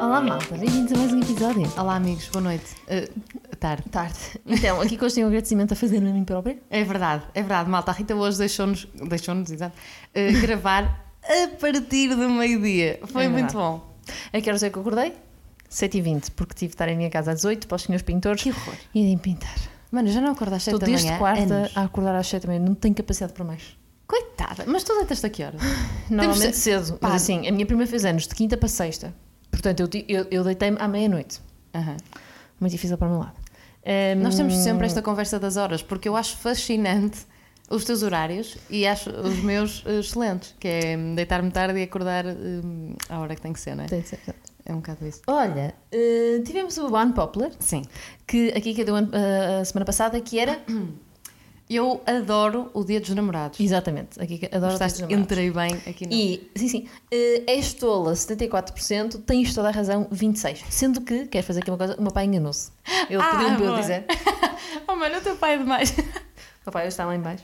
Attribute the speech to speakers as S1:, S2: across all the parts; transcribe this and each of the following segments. S1: Olá malta, bem-vindos a mais um episódio. Olá amigos, boa noite. Uh, tarde.
S2: Tarde. Então, aqui que hoje tenho um agradecimento a fazer a mim própria.
S1: É verdade, é verdade, malta. A Rita hoje deixou-nos, deixou-nos, exato, uh, gravar a partir do meio-dia. Foi
S2: É
S1: muito
S2: verdade.
S1: bom.
S2: A que horas é que eu acordei? 7h20, porque tive de estar em minha casa às 8 para os senhores pintores
S1: Que horror.
S2: e irem pintar.
S1: Mano, já não acordaste
S2: Estou
S1: sete da
S2: desde
S1: manhã?
S2: quarta
S1: Anos.
S2: a acordar às 7 da manhã, não tenho capacidade para mais.
S1: Coitada, mas tu deitas a que hora?
S2: Normalmente
S1: Temos-
S2: cedo,
S1: Pá.
S2: mas assim, a minha prima fez anos de quinta para sexta, portanto eu, ti- eu, eu deitei-me à meia-noite.
S1: Aham.
S2: Muito difícil para o meu lado. Ahm,
S1: Nós temos sempre esta conversa das horas, porque eu acho fascinante os teus horários e acho os meus eh, excelentes, que é hum, deitar-me tarde e acordar hum, à hora que tem que ser, não é?
S2: Tem de ser.
S1: É um bocado isso.
S2: Olha, eh, tivemos o One Poplar,
S1: Sim.
S2: que aqui que deu ano- a a semana passada, que era.
S1: Eu adoro o Dia dos Namorados.
S2: Exatamente, aqui que adoro
S1: Gostaste,
S2: todos os namorados.
S1: entrei bem aqui no...
S2: E, sim, sim, eh, és tola 74%, tens toda a razão 26%. Sendo que, queres fazer aqui uma coisa, o meu pai enganou-se. Ele
S1: Ah,
S2: pediu-me para eu
S1: boa.
S2: dizer.
S1: Oh, mano, o teu pai é demais.
S2: O meu pai hoje está lá em baixo.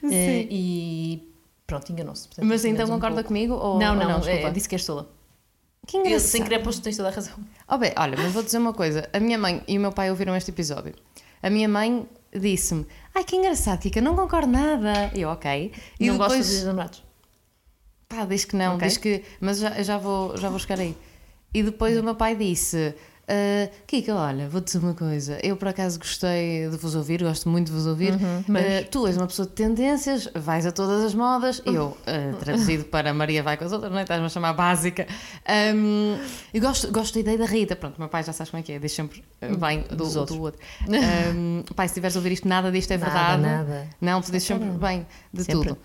S1: Sim.
S2: Eh, e pronto, enganou-se. Portanto,
S1: Mas então
S2: tivemos um
S1: concorda é,
S2: pouco-
S1: comigo? Ou,
S2: Não, não,
S1: ou
S2: eh,
S1: desculpa.
S2: disse que és tola.
S1: que
S2: Eu,
S1: engraçado.
S2: sem querer, posto tens toda a razão.
S1: Oh, bem, olha, mas vou dizer uma coisa. A minha mãe e o meu pai ouviram este episódio. A minha mãe disse-me: Ai, que engraçado, Kika, não concordo nada. E Eu, ok. E
S2: não gosto
S1: depois.
S2: dos namorados.
S1: Pá, diz que não,
S2: Ok.
S1: diz que. Mas já, já, vou, já vou chegar aí. E depois o meu pai disse: "Ah, Kika, olha, vou dizer uma coisa. Eu por acaso gostei de vos ouvir, gosto muito de vos ouvir.
S2: Uhum, mas-
S1: Ah, tu és uma pessoa de tendências, vais a todas as modas.
S2: Uhum.
S1: Eu, ah, traduzido para Maria vai com as outras, não é? Estás-me a chamar básica. Ahm, eu gosto, gosto da ideia da Rita. Pronto, meu pai já sabes como é que é, diz sempre ah, bem do,
S2: Uhum. Dos outros.
S1: do outro. Ahm, pai, se tiveres a ouvir isto, nada disto é
S2: Nada,
S1: verdade.
S2: nada.
S1: Não, tu dizes sempre bem de
S2: Sempre.
S1: tudo.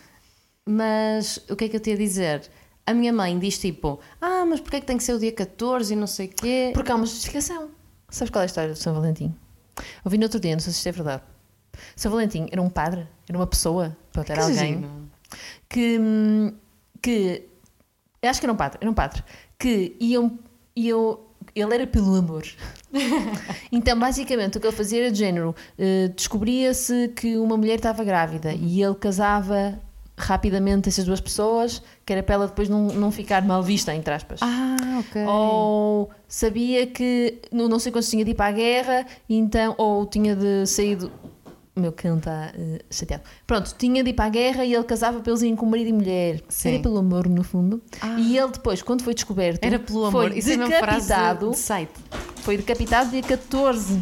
S1: Mas o que é que eu te ia dizer? A minha mãe diz tipo: Ah, mas porquê é que tem que ser o dia 14 e não sei o quê?
S2: Porque há uma justificação. Sabes qual é a história do São Valentim? Ouvi no outro dia, não sei se isto é verdade. São Valentim era um padre, era uma pessoa, pronto, era
S1: Que
S2: alguém
S1: giro.
S2: que, hum, que eu acho que era um padre, era um padre, que iam, iam ele era pelo amor. então, basicamente, o que ele fazia era de género. eh, Descobria-se que uma mulher estava grávida e ele casava rapidamente essas duas pessoas, que era para ela depois não, não ficar mal vista, entre aspas.
S1: Ah, ok.
S2: Ou sabia que não, não sei quando tinha de ir para a guerra, então, ou tinha de sair do. O meu cão está eh, chateado. Pronto, tinha de ir para a guerra e ele casava pelos em com marido e mulher.
S1: Sim.
S2: Era pelo amor, no fundo.
S1: Ah.
S2: E ele depois, quando foi descoberto,
S1: Era pelo amor.
S2: foi
S1: Isso é uma frase
S2: decapitado.
S1: de site.
S2: Foi decapitado dia 14.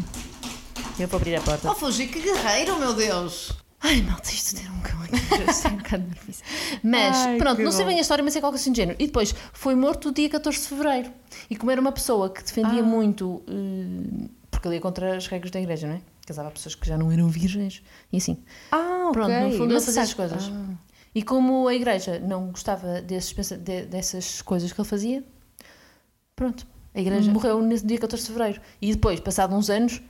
S2: Eu vou abrir a porta.
S1: Oh, Fuji, que guerreiro, meu Deus!
S2: Ai, malta, isto ter um cão aqui. Eu sei um bocado nervosa. Mas,
S1: Ai,
S2: pronto,
S1: que
S2: não sei
S1: bom.
S2: bem a história, mas é qualquer assim de género. E depois, foi morto dia 14 de fevereiro. E como era uma pessoa que
S1: Ah.
S2: defendia muito, eh, porque ele ia contra as regras da igreja, não é? Casava pessoas que já não eram virgens e assim.
S1: Ah, ok.
S2: Pronto, no fundo, ele
S1: Mas
S2: fazia
S1: sabes-
S2: as coisas.
S1: Ah.
S2: E como a igreja não gostava desses pensa- de- dessas coisas que ele fazia, pronto, a
S1: Hum.
S2: igreja morreu nesse dia 14 de fevereiro. E depois, passado uns anos,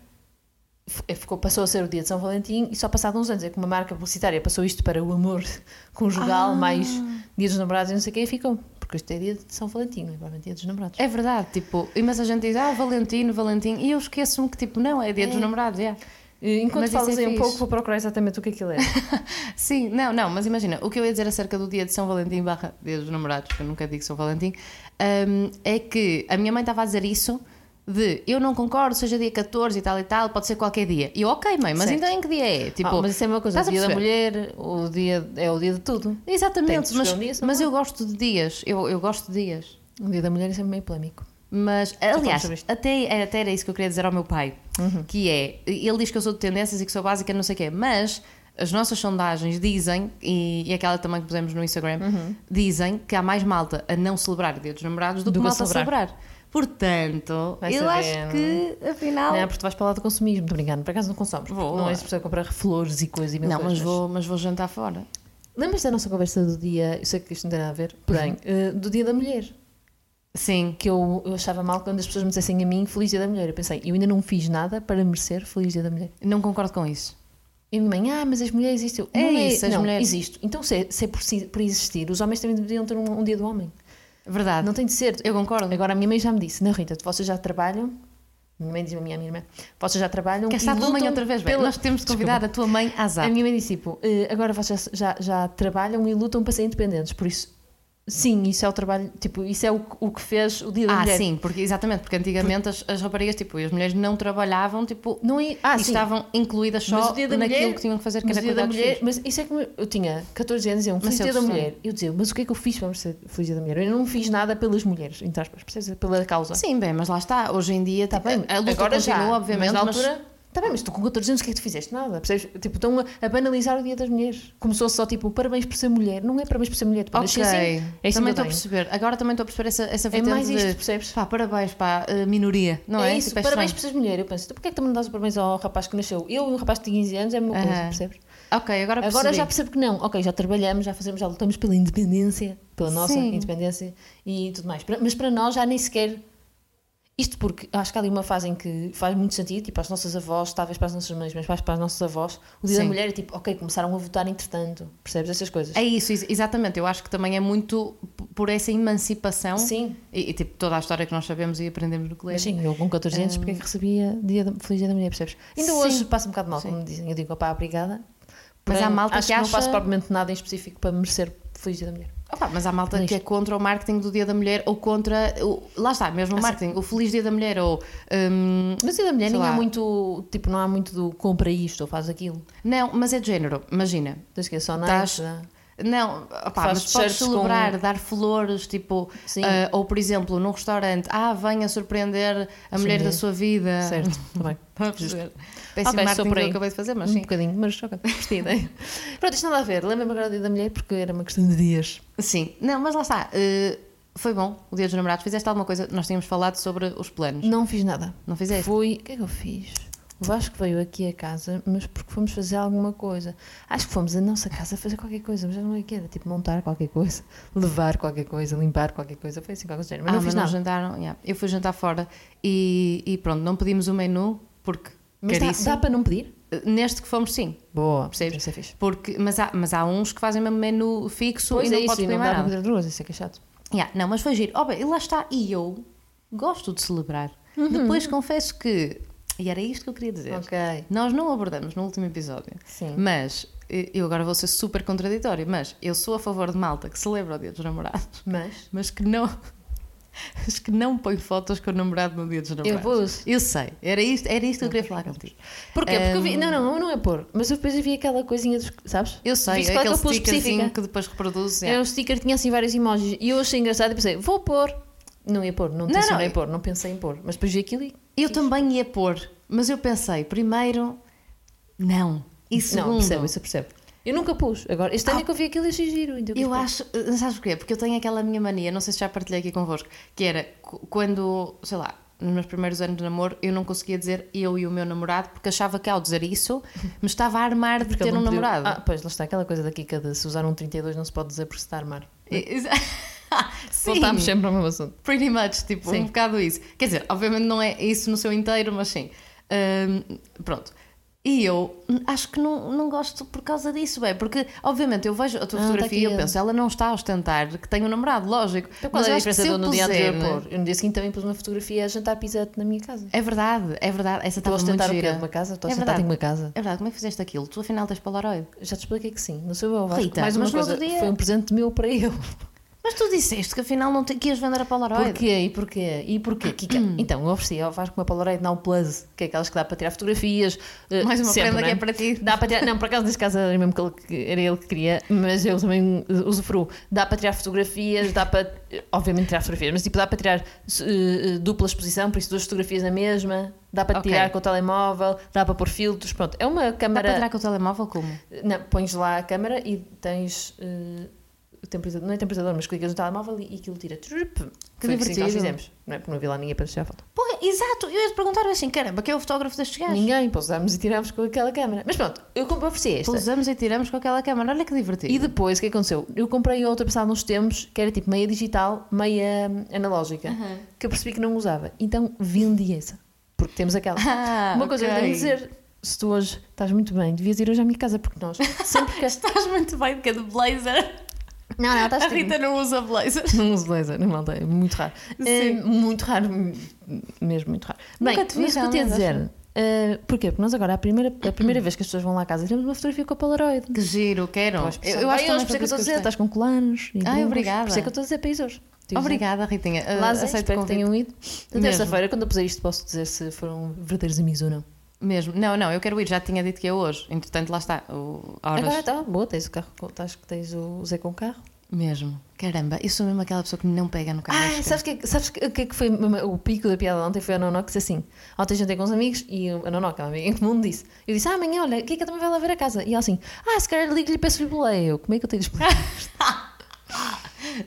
S2: f- eh, ficou, passou a ser o dia de São Valentim e só passado uns anos é que uma marca publicitária passou isto para o amor conjugal,
S1: Ah.
S2: mais dia dos namorados e não sei o que, e ficou. Porque isto é dia de São Valentim, não é provavelmente dia dos namorados.
S1: É verdade, tipo, e mas a gente diz, ah, Valentino, Valentim, e eu esqueço-me que, tipo, não, é dia dos namorados, é.
S2: Eh, Enquanto
S1: Mas isso
S2: falas
S1: é
S2: aí um
S1: fixe.
S2: pouco, vou procurar exatamente o que aquilo é.
S1: Sim, não, não, mas imagina, o que eu ia dizer acerca do dia de São Valentim barra dia dos namorados, que eu nunca digo São Valentim, hum, é que a minha mãe estava a dizer isso de eu não concordo, seja dia 14 e tal e tal, pode ser qualquer dia. E eu, ok, mãe, mas
S2: Certo.
S1: então em que dia é? Tipo,
S2: Ah, mas isso é uma coisa, o
S1: estás a
S2: dia da
S1: perceber?
S2: mulher, o dia, é o dia de tudo. Tem que
S1: Exatamente,
S2: escolher
S1: mas,
S2: um dia, só
S1: mas eu gosto de dias, eu, eu gosto de dias.
S2: O dia da mulher é sempre meio polémico.
S1: Mas,
S2: falamos
S1: aliás,
S2: sobre isto.
S1: até, até era isso que eu queria dizer ao meu pai,
S2: Uhum.
S1: que é, ele diz que eu sou de tendências e que sou básica, não sei o quê, mas as nossas sondagens dizem, e, e aquela também que pusemos no Instagram, dizem que há mais malta a não celebrar o Dia dos Namorados do,
S2: Uhum. Do
S1: que
S2: que a
S1: malta a celebrar. Portanto,
S2: Vai
S1: eu
S2: saber, é?
S1: acho que, afinal...
S2: Não, Né, é porque tu vais para lá do consumismo, estou brincando, por acaso não consomes. porque
S1: Vou.
S2: Não és pessoa a comprar flores e coisas e mil
S1: Não,
S2: coisas,
S1: mas vou, mas vou jantar fora.
S2: Lembras da nossa conversa do dia, eu sei que isto não tem nada a ver, porém, eh, do dia da mulher,
S1: Sim.
S2: que eu, eu achava mal quando as pessoas me dissessem a mim Feliz Dia da Mulher. Eu pensei, eu ainda não fiz nada para merecer Feliz Dia da Mulher.
S1: Não concordo com isso.
S2: E a minha mãe, ah, mas as mulheres existem. Eu,
S1: É
S2: não
S1: isso, as
S2: não,
S1: mulheres-
S2: existo. Então, se é, se é por, si- por existir, os homens também deveriam ter um, um dia do homem.
S1: Verdade.
S2: Não tem de ser.
S1: Eu concordo.
S2: Agora, a minha mãe já me disse, não, Rita, vocês já trabalham. Minha mãe diz-me a minha, a minha irmã, vocês já trabalham.
S1: Quer
S2: e
S1: estar a tua mãe
S2: lutam
S1: outra vez, bem?
S2: pela-
S1: Nós temos de convidar a tua mãe à
S2: A
S1: Zap.
S2: minha mãe disse: tipo, "Eh, agora vocês já, já trabalham e lutam para ser independentes, por isso Sim, isso é o trabalho, tipo, isso é o, que- o que fez o dia da
S1: Ah,
S2: mulher.
S1: sim, porque, exatamente, porque antigamente as, as raparigas tipo, e as mulheres não trabalhavam tipo,
S2: Não ia- ah,
S1: e
S2: sim.
S1: estavam incluídas
S2: Mas
S1: só
S2: o Dia da
S1: naquilo
S2: Mulher-
S1: que tinham que fazer, que
S2: Mas
S1: era
S2: o dia da
S1: cuidar dos
S2: mulher,
S1: filhos.
S2: mas isso é que me- eu tinha 14 anos e um feliz
S1: Mas é
S2: dia da
S1: eles
S2: mulher. Eu dizia, mas o que é que eu fiz para merecer feliz dia da mulher? Eu não fiz nada pelas mulheres, entre aspas, percebes? Pela causa.
S1: Sim, bem, mas lá está, hoje em dia
S2: Tá
S1: tipo,
S2: bem,
S1: a luta
S2: agora já,
S1: continua, obviamente,
S2: mas na
S1: mas-
S2: altura. Tá bem, mas tu com 14 anos o que é que tu fizeste? Nada, percebes? Tipo, estão a, a banalizar o Dia das Mulheres. Começou só tipo, parabéns por ser mulher. Não é parabéns por ser mulher, tu
S1: Ok,
S2: nasci assim. É isso
S1: também
S2: que
S1: estou
S2: eu
S1: a
S2: tenho.
S1: perceber. Agora também estou a perceber essa, essa
S2: É
S1: vertente
S2: mais isto,
S1: de...
S2: percebes?
S1: Pá, parabéns para a minoria, não é?
S2: é isso,
S1: Tipo,
S2: parabéns por
S1: estranho.
S2: seres mulher. Eu penso, então porquê é que também não dás o parabéns ao rapaz que nasceu? Eu e um rapaz que tinha 15 anos é a mesma coisa,
S1: Aham.
S2: percebes?
S1: Ok, agora percebi.
S2: Agora já percebo que não. Ok, já trabalhamos, já fazemos, já lutamos pela independência, pela nossa
S1: Sim.
S2: independência e tudo mais. Pra- Mas para nós já nem sequer. Isto porque acho que há ali uma fase em que faz muito sentido, tipo, as nossas avós, talvez para as nossas mães, mas mais para as nossas avós, o dia
S1: Sim.
S2: da mulher é tipo, ok, começaram a votar entretanto, percebes essas coisas?
S1: É isso, ex- exatamente. Eu acho que também é muito p- por essa emancipação
S2: Sim,
S1: E, e, tipo toda a história que nós sabemos e aprendemos no
S2: mas
S1: colégio.
S2: sim, eu com 14 anos, porque é que recebia dia da, Feliz Dia da Mulher, percebes? Ainda
S1: Sim.
S2: hoje passa um bocado mal,
S1: Sim.
S2: como dizem, eu digo, opá, obrigada.
S1: Mas há
S2: Porém,
S1: malta
S2: acho
S1: que
S2: que não
S1: acha-
S2: faço propriamente nada em específico para merecer Feliz Dia da Mulher.
S1: Opa, mas há malta
S2: Nisto.
S1: que é contra o marketing do Dia da Mulher ou contra. O, lá está,
S2: Ah,
S1: mesmo o marketing, o Feliz Dia da Mulher ou. hum,
S2: Mas e da mulher
S1: Sei
S2: nem há
S1: lá.
S2: muito, tipo, não há muito do compra isto ou faz aquilo.
S1: não, mas é de género, imagina.
S2: Tens que é só
S1: Tás-
S2: Nike. né?
S1: Não, opá,
S2: Faz
S1: mas podes
S2: t-shirts
S1: celebrar, dar flores, tipo.
S2: Sim.
S1: ah, ou, por exemplo, num restaurante, ah, venha surpreender a mulher da sua vida.
S2: é. Certo, está bem.
S1: Está a perceber? Péssimo
S2: Ok, sou
S1: marketing
S2: por
S1: que eu
S2: aí.
S1: acabei de fazer, mas
S2: um
S1: sim.
S2: bocadinho, mas ok, gostei da ideia. Pronto, isto nada a ver. Lembra-me agora do dia da mulher porque era uma questão de dias.
S1: Sim, não, mas lá está. eh, foi bom o Dia dos Namorados. Fizeste alguma coisa? Nós tínhamos falado sobre os planos.
S2: Não fiz nada.
S1: Não fizeste?
S2: Fui. O que é que eu fiz? O Vasco veio aqui a casa, mas porque fomos fazer alguma coisa. Acho que fomos à nossa casa fazer qualquer coisa, mas já não é o que era. Tipo, montar qualquer coisa, levar qualquer coisa, limpar qualquer coisa. Foi assim, qualquer coisa. Mas
S1: ah,
S2: não fiz
S1: mas não
S2: nada.
S1: jantaram. yeah. Eu fui jantar fora e, e pronto, não pedimos o menu porque
S2: Mas dá-
S1: caríssimo. Eh,
S2: dá, para não pedir?
S1: Neste que fomos, sim.
S2: Boa,
S1: Percebes?
S2: Isso é fixe.
S1: Porque, mas, há, mas há uns que fazem mesmo menu fixo
S2: Pois
S1: e não
S2: é isso,
S1: podes
S2: e
S1: pedir
S2: não
S1: mais
S2: dá para
S1: nada.
S2: pedir duas, isso é que é chato.
S1: Yeah, não, mas foi giro. Oh, bem, e lá está. E eu gosto de celebrar. Depois confesso que. E era isto que eu queria dizer.
S2: Uhum. Ok.
S1: Nós não abordamos no último episódio.
S2: Sim.
S1: Mas. eh, Eu agora vou ser super contraditório, mas eu sou a favor de malta que celebra o Dia dos Namorados,
S2: Mas
S1: mas que não. Mas que não põe fotos com o namorado no Dia dos Namorados.
S2: eu pus.
S1: Eu sei, era isto, era isto que eu queria falar contigo.
S2: Porquê? Porque eu vi. Não, não, não é pôr. Mas eu depois havia aquela coisinha dos. Sabes?
S1: Eu sei,
S2: Viste
S1: é
S2: qual é que
S1: aquele
S2: eu pus
S1: stickerzinho
S2: específica?
S1: que depois reproduz. é.
S2: Era um sticker que tinha assim vários emojis. E eu achei engraçado e pensei, vou pôr. Não ia pôr, não,
S1: Não,
S2: não,
S1: não,
S2: não ia
S1: eu-
S2: pôr, não pensei em pôr. Mas depois vi aquilo e.
S1: Eu também ia pôr, mas eu pensei, primeiro, não. E segundo,
S2: Não, percebo, isso eu percebo. Eu nunca pus. Agora, este ano
S1: Ah.
S2: é que eu vi aquilo e achei giro. Então
S1: eu
S2: quis pôr.
S1: acho, eh, sabes porquê? Porque eu tenho aquela minha mania, não sei se já partilhei aqui convosco, que era cu- quando, sei lá, nos meus primeiros anos de namoro, eu não conseguia dizer eu e o meu namorado, porque achava que ao dizer isso me estava a armar de
S2: Porque
S1: ter
S2: ele
S1: um
S2: não pediu-
S1: namorado.
S2: Ah, pois, lá está aquela coisa da Kika de se usar um 32 não se pode dizer porque se está a armar.
S1: Exa- Sim.
S2: Voltámos sempre ao mesmo assunto.
S1: Pretty much, tipo,
S2: Sim.
S1: um bocado isso. Quer dizer, obviamente não é isso no seu inteiro, mas sim. Ahm, pronto. E eu hum, acho que não, não gosto por causa disso, bem, porque obviamente eu vejo a tua
S2: Ah, tá
S1: fotografia
S2: aqui
S1: e eu
S2: ele.
S1: penso, ela não está a ostentar que tem um namorado, lógico.
S2: Então qual
S1: mas
S2: é
S1: eu
S2: a
S1: acho que
S2: diferença de
S1: se eu
S2: eu no dia anterior
S1: puser-
S2: pôr? Eu no dia seguinte também pus uma fotografia a jantar pizza na minha casa.
S1: É verdade, é verdade. Essa
S2: Estou a
S1: estava muito
S2: ostentar o quê?
S1: gira.
S2: Uma casa? Estou a
S1: É
S2: ostentar
S1: verdade.
S2: tenho uma casa?
S1: É verdade, como é que fizeste aquilo? Tu afinal tens Polaroid.
S2: Já te expliquei que sim. Não sou eu, Vasco.
S1: Rita,
S2: Mais uma
S1: mas no
S2: coisa,
S1: outro dia-
S2: foi um presente meu para eu.
S1: Mas tu disseste que afinal não te... que ias vender a Polaroid. Hum.
S2: Porquê? E porquê? E porquê? Kika? Então, eu ofereci ao Vasco uma Polaroid Now Plus, que é aquelas que dá para tirar fotografias. eh,
S1: Mais uma
S2: sempre,
S1: prenda
S2: não
S1: que é para ti.
S2: Dá para tirar, não, por acaso nesse caso era mesmo que ele, que- era ele que queria, mas eu também eh, usufruo. Dá para tirar fotografias, dá para, eh, obviamente tirar fotografias, mas tipo dá para tirar eh, eh, dupla exposição, por isso duas fotografias na mesma, dá para
S1: Ok.
S2: tirar com o telemóvel, dá para pôr filtros, pronto. É uma
S1: Dá para
S2: câmara
S1: tirar com o telemóvel como?
S2: não, pões lá a câmera e tens eh, o temporizador, não é temporizador, mas clicas no telemóvel e, e aquilo tira. Trurup. Foi assim que
S1: divertido.
S2: nós fizemos, não é? Porque não havia lá ninguém para deixar a foto.
S1: Porra, exato, eu ia te perguntar assim, caramba, que é o fotógrafo destes gajos?
S2: Ninguém, pousámos e tirámos com aquela câmera. Mas pronto, eu comprei ofereci esta.
S1: Pousamos e tiramos com aquela câmara, olha que divertido.
S2: é. E depois, o que aconteceu? Eu comprei outra passada uns tempos, que era tipo meia digital, meia hum, analógica, que eu percebi que não usava. Então vendi essa, porque temos aquela.
S1: Ah,
S2: Uma coisa que eu tenho
S1: ok.
S2: a dizer, se tu hoje estás muito bem, devias ir hoje à minha casa, porque nós sempre que...
S1: Estás muito bem porque é de blazer.
S2: Não, não, estás
S1: A Rita não usa blazer.
S2: Não uso laser, não malta, é muito raro. É
S1: Sim.
S2: muito raro, mesmo muito raro. Bem,
S1: Nunca te vi
S2: mas o que eu
S1: realmente,
S2: tenho a dizer Ah, porquê? Porque nós agora, a primeira, a primeira vez que as pessoas vão lá à casa, temos uma fotografia com a Polaroid.
S1: Que giro, quero.
S2: Para as pessoas.
S1: Eu, eu acho
S2: Bem,
S1: também
S2: hoje, por isso é que eu estou a
S1: foi
S2: dizer,
S1: por isso
S2: estás com colanos. e
S1: Ah,
S2: brincos.
S1: obrigada.
S2: Por isso é que eu estou a dizer para isso hoje.
S1: gostei. Obrigada, Ritinha. Uh,
S2: Lázaro,
S1: aceito o
S2: espero que
S1: convite.
S2: tenham ido. Na
S1: Mesmo.
S2: terça-feira, quando eu puser isto, posso dizer se foram verdadeiros amigos ou não.
S1: Mesmo. Não, não, eu quero ir, já tinha dito que é hoje. Entretanto, lá está. O, horas.
S2: Agora tá. está boa, tens o carro, com- estás, tens o Zé com o carro.
S1: Mesmo. Caramba, eu sou mesmo aquela pessoa que não pega no carro.
S2: Ah, sabes o que, é que- sabes o que é que foi o pico da piada de ontem? Foi a Nonó que disse assim: Ontem jantei com uns amigos e a Nonó, que é uma amiga em comum, disse: Eu disse, ah, amanhã, olha, o que é que eu também vai lá ver a casa? E ela assim: Ah, se calhar ligo-lhe e peço-lhe boleia. Como é que eu tenho de explicar?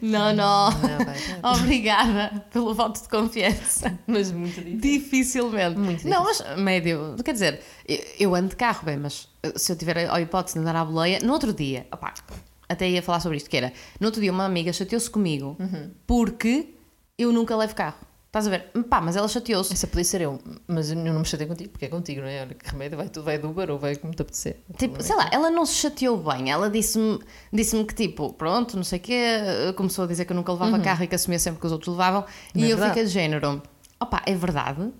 S1: Não, não.
S2: Não, vai, vai.
S1: Obrigada pelo voto de confiança.
S2: Mas muito difícil.
S1: Dificilmente.
S2: Muito
S1: Não, mas médio. Quer dizer, eu, eu ando de carro, bem, mas eh, se eu tiver a a hipótese de andar à boleia, no outro dia, opá, até ia falar sobre isto, que era, no outro dia uma amiga chateou-se comigo
S2: Uhum.
S1: porque eu nunca levo carro. Estás a ver? Pá, mas ela chateou-se.
S2: Essa podia ser eu, mas eu não me chatei contigo, porque é contigo, não é? Olha, que remédio, vai, tu, vai do Uber ou vai como te apetecer.
S1: Tipo, sei lá, ela não se chateou bem. Ela disse-me disse que, tipo, pronto, não sei o quê. eh, Começou a dizer que eu nunca levava carro e que assumia sempre que os outros levavam.
S2: Uhum. Não é
S1: e eu
S2: verdade.
S1: fiquei de género. Opa, é verdade.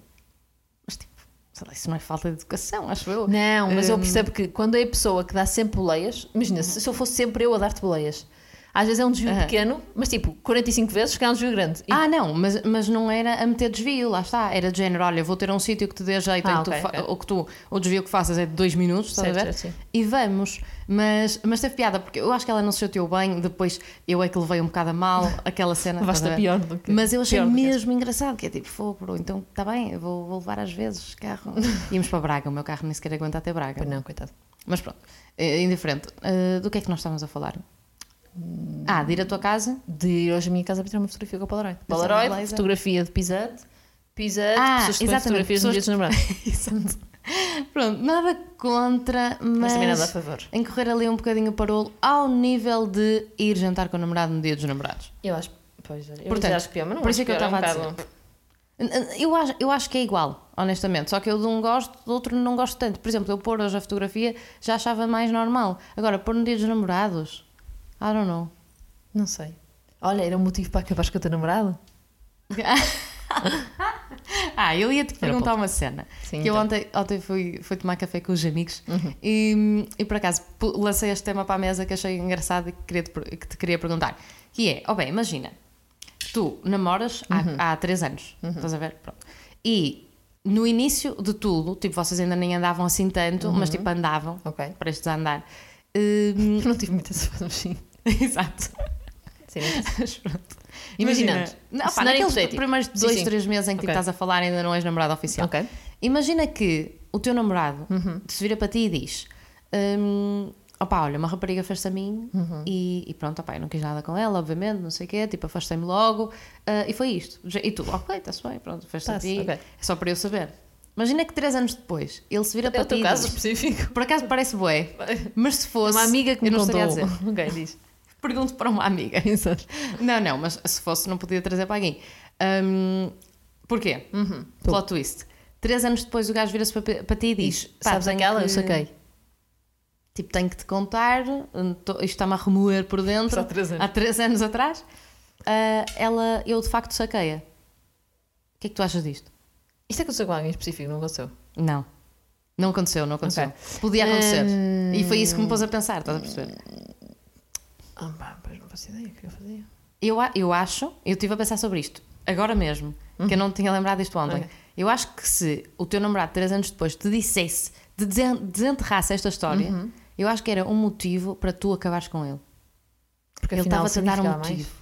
S1: Mas, tipo, sei lá, isso não é falta de educação, acho eu.
S2: Não, é mas eu
S1: Hum.
S2: percebo que quando é a pessoa que dá sempre boleias, imagina, se se eu fosse sempre eu a dar-te boleias, às vezes é um desvio
S1: Aham.
S2: pequeno, mas tipo, 45 vezes que é um desvio grande. E-
S1: Ah, não, mas, mas não era a meter desvio, lá está. Era de género, olha, vou ter um sítio que te dê jeito,
S2: Ah,
S1: em que tu
S2: ok,
S1: fa-
S2: ok.
S1: ou que tu, o desvio que faças é de dois minutos, estás
S2: Certo,
S1: a ver?
S2: certo, sim.
S1: E vamos. Mas, mas teve piada, porque eu acho que ela não se chateou bem, depois eu é que levei um bocado a mal aquela cena. estás a
S2: Basta
S1: ver?
S2: pior do que.
S1: Mas eu achei
S2: pior do que essa.
S1: mesmo engraçado, que é tipo, fogo, bro, então está bem, eu vou, vou levar às vezes carro. Íamos para Braga, o meu carro nem sequer aguenta até Braga.
S2: Pois Não, coitado.
S1: Mas pronto, é indiferente. Eh, do que é que nós estávamos a falar?
S2: Hum.
S1: Ah, de ir à tua casa?
S2: De ir hoje à minha casa para tirar uma fotografia com a Polaroid.
S1: uma
S2: Polaroid,
S1: laser.
S2: fotografia de pisante, pisante,
S1: Ah,
S2: pessoas que tomam
S1: exatamente,
S2: fotografias nos
S1: pessoas-
S2: dias dos namorados.
S1: Exato. Pronto, nada contra, mas.
S2: Mas também nada a favor.
S1: Em correr ali um bocadinho o parolo ao nível de ir jantar com o namorado no dia dos namorados.
S2: Eu acho. Pois, olha, eu
S1: Portanto,
S2: Portanto, acho pior, mas não
S1: por
S2: acho
S1: isso é que eu
S2: pior, é um
S1: estava a
S2: bocado-
S1: Eu acho, eu acho que é igual, honestamente. Só que eu de um gosto, do outro não gosto tanto. Por exemplo, eu pôr hoje a fotografia já achava mais normal. Agora, pôr no dia dos namorados, I don't know.
S2: Não sei. Olha, era um motivo para acabares com o teu namorado?
S1: Ah, eu ia te
S2: Era
S1: perguntar uma cena.
S2: Sim,
S1: que eu
S2: então. Uhum.
S1: ontem, ontem fui, fui tomar café com os amigos e, e por acaso pu- lancei este tema para a mesa que achei engraçado e que, queria te, per- que te queria perguntar. Que é, ó bem, imagina, tu namoras
S2: Uhum.
S1: há, há três anos, estás a ver? Pronto. E no início de tudo, tipo, vocês ainda nem andavam assim tanto, mas tipo andavam,
S2: Uhum. Ok.
S1: prestes a andar. Hum,
S2: Eu não tive muita sorte, mas sim.
S1: exato.
S2: Sim,
S1: Mas pronto.
S2: Imaginando.
S1: Imagina- Não, pá,
S2: Cenário
S1: naqueles
S2: hipotético.
S1: primeiros
S2: Sim,
S1: dois,
S2: sim.
S1: três meses em que tipo,
S2: Ok.
S1: estás a falar e ainda não és namorada oficial.
S2: Ok.
S1: Imagina que o teu namorado
S2: Uhum.
S1: se vira para ti e diz: hum, opá, olha, uma rapariga fez-se a mim
S2: Uhum.
S1: e, e pronto, opá, eu não quis nada com ela, obviamente, não sei o quê, tipo, afastei-me logo ah, e foi isto. E tu, ok, está-se bem, pronto, fez-se a
S2: Tá-se,
S1: ti,
S2: ok.
S1: é só para eu saber. Imagina que três anos depois ele se vira
S2: É
S1: para
S2: o
S1: ti.
S2: teu
S1: e
S2: caso
S1: diz,
S2: específico.
S1: por acaso parece bué, mas se fosse.
S2: Uma amiga que
S1: eu
S2: me
S1: não
S2: contou.
S1: estaria a dizer.
S2: Ok, diz.
S1: Pergunto para uma amiga.
S2: Exato.
S1: Não, não, mas se fosse não podia trazer para alguém. Hum, porquê?
S2: Uhum.
S1: Plot twist. Três anos depois o gajo vira-se para, para ti e diz: "Pá,
S2: Sabes
S1: tenho
S2: aquela?
S1: que-
S2: Eu saquei.
S1: Tipo, tenho que te contar, hum, tô- isto está-me a remoer por dentro.
S2: Há três anos.
S1: Há três anos atrás. Ah, ela, eu de facto saqueia. O que é que tu achas disto?
S2: Isto aconteceu com alguém específico, não aconteceu?
S1: Não. Não aconteceu, não aconteceu. Podia acontecer. E foi isso que me
S2: Hum.
S1: pôs a pensar, estás a perceber?
S2: Ah, pá, pois não faço ideia o que eu fazia.
S1: Eu, a- eu acho, eu estive a pensar sobre isto agora mesmo, que eu não tinha lembrado isto ontem.
S2: Uhum. Ok.
S1: Eu acho que se o teu namorado, três anos depois, te dissesse, te desen- desenterrasse esta história,
S2: Uhum.
S1: eu acho que era um motivo para tu acabares com ele.
S2: Porque
S1: ele
S2: afinal,
S1: estava a te dar um
S2: significava mais.
S1: motivo.